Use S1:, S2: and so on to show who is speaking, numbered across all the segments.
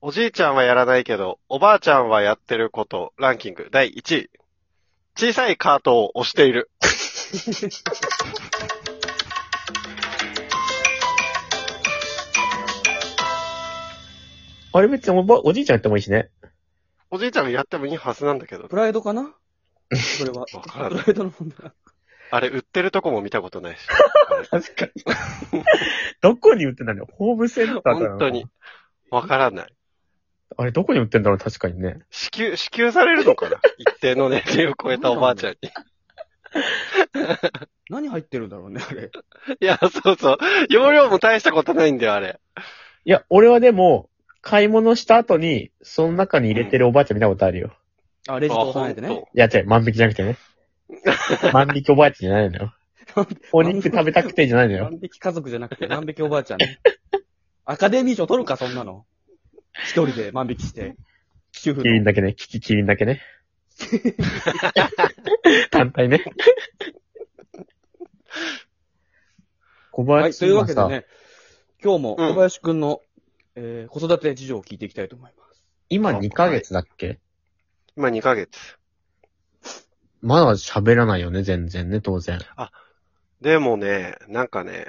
S1: おじいちゃんはやらないけど、おばあちゃんはやってること、ランキング第1位。小さいカートを押している。
S2: あれ別におば、おじいちゃんやってもいいしね。
S1: おじいちゃんがやってもいいはずなんだけど
S3: プ。ライドか なそれは。
S1: わから
S3: プ
S1: な
S3: ラ
S1: い。
S3: イドの問題。
S1: あれ、売ってるとこも見たことないし。
S2: 確かに。どこに売ってんだろうホームセンターかな
S1: 本当に。。わからない。
S2: あれどこに売ってんだろう確かにね。
S1: 支給、支給されるのかな一定の年齢を超えたおばあちゃんに。
S3: 何入ってるんだろうね、あれ。
S1: いや、そうそう。容量も大したことないんだよ、あれ。
S2: いや、俺はでも、買い物した後に、その中に入れてるおばあちゃん見たことあるよ。
S3: あ、レジと押さないで
S1: あ
S3: ね。
S1: 本
S2: いや、違う、万引きじゃなく てね。万引きおばあちゃんじゃないのよ。お肉食べたくてじゃないのよ。
S3: 万引き家族じゃなくて、万引きおばあちゃん ね。アカデミー賞取るか、そんなの。一人で万引きして。主婦
S2: キリン
S3: の。
S2: だけね。キキキリンだ けね。単体ね。小
S3: はい、
S2: 林
S3: という
S2: 君は
S3: わけ
S2: さ、
S3: でね、今日も
S1: うん
S3: 小林くんの、えー子育て事情を聞いていきたいと思います。
S2: 今2ヶ月だっけ
S1: 今2ヶ月。
S2: まだ喋らないよね、全然ね、当然。
S1: でもね、なんかね、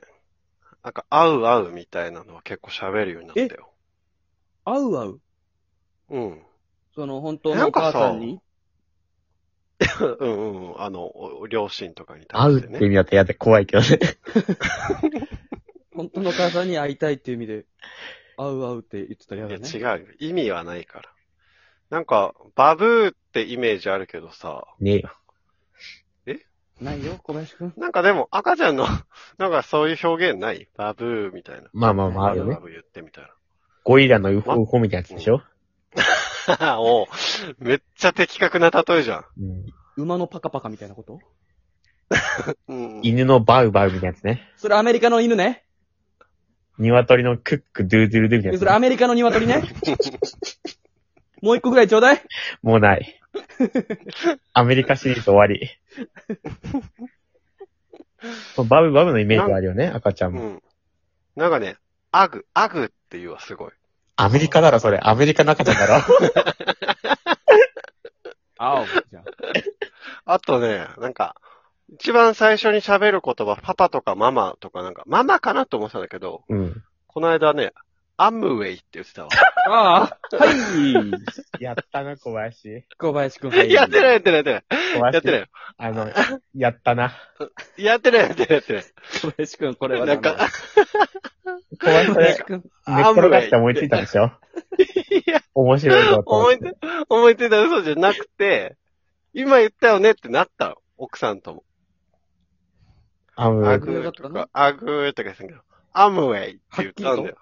S1: なんか、合う合うみたいなのは結構喋るようになったよ。
S3: 合う合う。
S1: うん。
S3: その、本当
S1: な
S3: の
S1: ん
S3: お
S1: か
S3: 母
S1: さ
S3: さんに。
S1: うんうんうん。あの、おお両親とかに
S2: 会
S1: 対
S2: うっ
S1: して
S2: て
S1: ね。
S2: 意味だってやだ、怖いけどね。
S3: 本当のお母さんに会いたいっていう意味で、会う会うって言ってたら
S1: い
S3: やだね。
S1: や、違うよ。意味はないから。なんか、バブーってイメージあるけどさ、
S2: ねえよ。
S3: ないよ、小林くん。
S1: なんかでも赤ちゃんの、 なんかそういう表現ないバブーみたいな。
S2: まあまあまあ、あ
S1: バ
S2: る
S1: ブ
S2: よ
S1: バ
S2: ね。
S1: ブ言ってみたい
S2: ゴリラのウホウホみたいなやつでしょ
S1: な。 おうめっちゃ的確な例えじゃん。
S2: うん。
S3: 馬のパカパカみたいなこと
S1: うん。
S2: 犬のバウバウみたいなやつね。
S3: それアメリカの犬ね。
S2: 鶏のクックドゥードゥルドゥみたいなや
S3: そ
S2: つ
S3: れア
S2: ね。
S3: メリカの鶏ね。もう一個ぐらいちょうだい。
S2: もうない。アメリカシリーズ終わり。バウバウのイメージあるよね、赤ちゃん
S1: う
S2: も。
S1: ん。なんかね、アグ、アグっていうはすごい。
S2: アメリカだろ、それ。アメリカの赤ちゃんだろ。
S3: あお。じゃあ
S1: あとね、なんか、一番最初に喋る言葉、パパとかママとかなんか、ママかなと思ってたんだけど、
S2: うん。
S1: この間ね、アムウェイって言ってたわ。
S3: ああ、はい。
S2: やったな、小林。
S3: 小林くん、は い。
S1: やってない
S3: い。
S1: やってないやってない。
S2: 小林。
S1: やってないよ。
S2: あの、やったな。
S1: やってないやってないやってない。
S3: 小林くん、これは
S1: なんか、
S2: 小林
S3: 小
S2: そ れ
S3: 林くん。
S2: 寝っ転がって思いついたんでしょ
S1: いや、
S2: 面白いぞと
S1: 思
S2: 思っ
S1: い
S2: て。
S1: 出、思い出た嘘じゃなくて、今言ったよねってなったの。奥さんとも。
S2: アム
S1: ア
S2: ウ
S1: グーと
S3: アグーだったの
S1: か、アグーとか言ってたけど、アムウェイって言ったんだよ。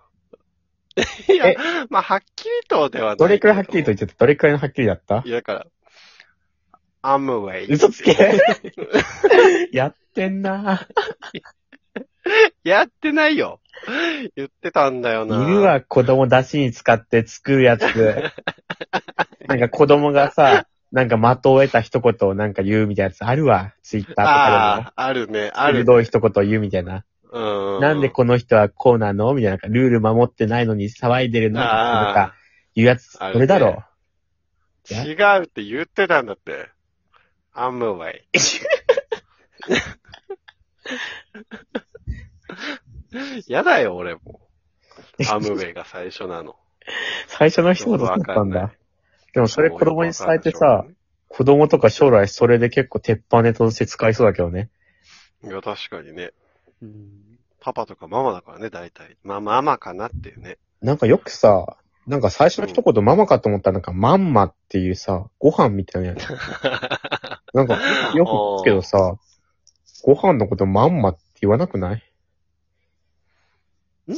S1: いや
S2: え、
S1: まあ、はっきりとではない。
S2: どれくらいはっきりと言っちゃったどれくらいのはっきりだった
S1: いや、だから、アムウェイ。
S2: 嘘 つけやってんな
S1: やってないよ。言ってたんだよな。
S2: 犬は子供出しに使って作る やつ。なんか子供がさ、なんか的を得た一言をなんか言うみたいなやつあるわ。ツイッターとかでも
S1: あ。あ、あるね、ある。
S2: 鋭い一言を言うみたいな。
S1: うん。
S2: なんでこの人はこうなのみたいな。ルール守ってないのに騒いでるのとか、言うやつ。そ
S1: あるね
S2: れだろ。
S1: 違うって言ってたんだって。アムウ ェイ。やだよ、俺も。アムウェイが最初 なの。
S2: 最初の一言だったん
S1: よくわかんな
S2: だ。でもそれ子供に伝えてさ
S1: もうよくわかん、ない
S2: 子供とか将来それで結構鉄板ネタとして使いそうだけどね。
S1: いや、確かにね。
S3: うん
S1: パパとかママだからね、大体。まあ、ママかなっていう ね。
S2: なんかよくさ、なんか最初の一言ママかと思ったらなんかマンマっていうさ、ご飯みたいなやつ。なんかよく聞くけどさ、ご飯のことマンマって言わなくない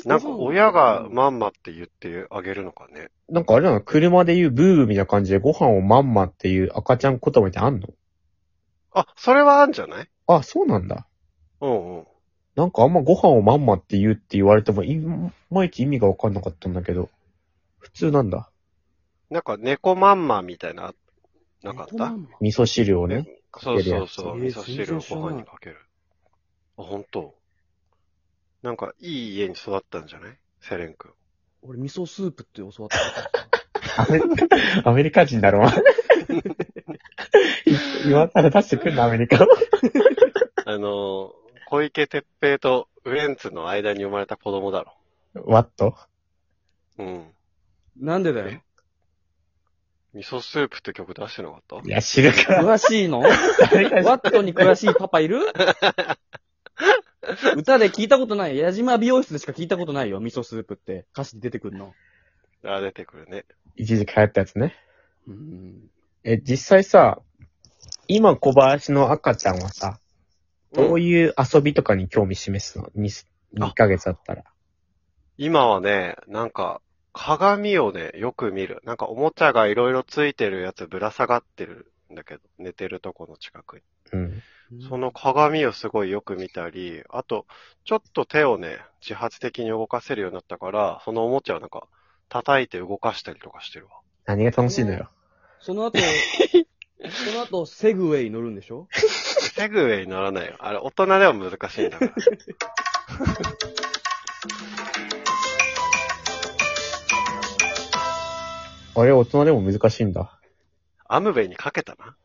S1: なんか、親がマンマって言ってあげるのかね。
S2: なんかあれなの車で言うブーブーみたいな感じでご飯をマンマっていう赤ちゃん言葉みたいなのあんの
S1: あ、それはあんじゃない
S2: あ、そうなんだ。
S1: うんうん。
S2: なんかあんまご飯をまんまって言うって言われても、いまいち意味がわかんなかったんだけど。普通なんだ。
S1: なんか、猫マンマみたいな、なかった
S2: 味噌汁をね。
S1: そうそうそう。
S3: かける
S1: 味
S3: やつ
S1: 噌汁をご飯にかける。あ、本当。なんか、いい家に育ったんじゃないセレン君。
S3: 俺、味噌スープって教わった。
S2: アメリカ、アメリカ人だ ろ、お前今更出してくんの、アメリカ。
S1: あ の、小池徹平とウエンツの間に生まれた子供だろ。
S2: ワット
S1: うん。
S3: なんでだよ。
S1: 味噌スープって曲出してなかった
S2: いや、知るか。
S3: 詳しいのワ
S2: 誰か知
S3: ットに詳しいパパいる歌で聞いたことない。矢島美容室でしか聞いたことないよ。味噌スープって歌詞で出てくるの。
S1: あ、出てくるね。
S2: 一時流行ったやつね。
S3: うん。
S2: え、実際さ、今小林の赤ちゃんはさ、どう
S1: うん
S2: いう遊びとかに興味示すの ?2、2ヶ月だったら。
S1: 今はね、なんか、鏡をね、よく見る。なんかおもちゃがいろいろついてるやつぶら下がってるんだけど、寝てるとこの近くに。
S2: うん。
S1: その鏡をすごいよく見たり、あと、ちょっと手をね、自発的に動かせるようになったから、そのおもちゃをなんか、叩いて動かしたりとかしてるわ。
S2: 何が楽しいのよ。
S3: その後、その後、セグウェイ乗るんでしょ
S1: セグウェイにならないよ。あれ、大人では難しいんだ から。
S2: あれ、大人でも難しいんだ。
S1: アムウェイにかけたな。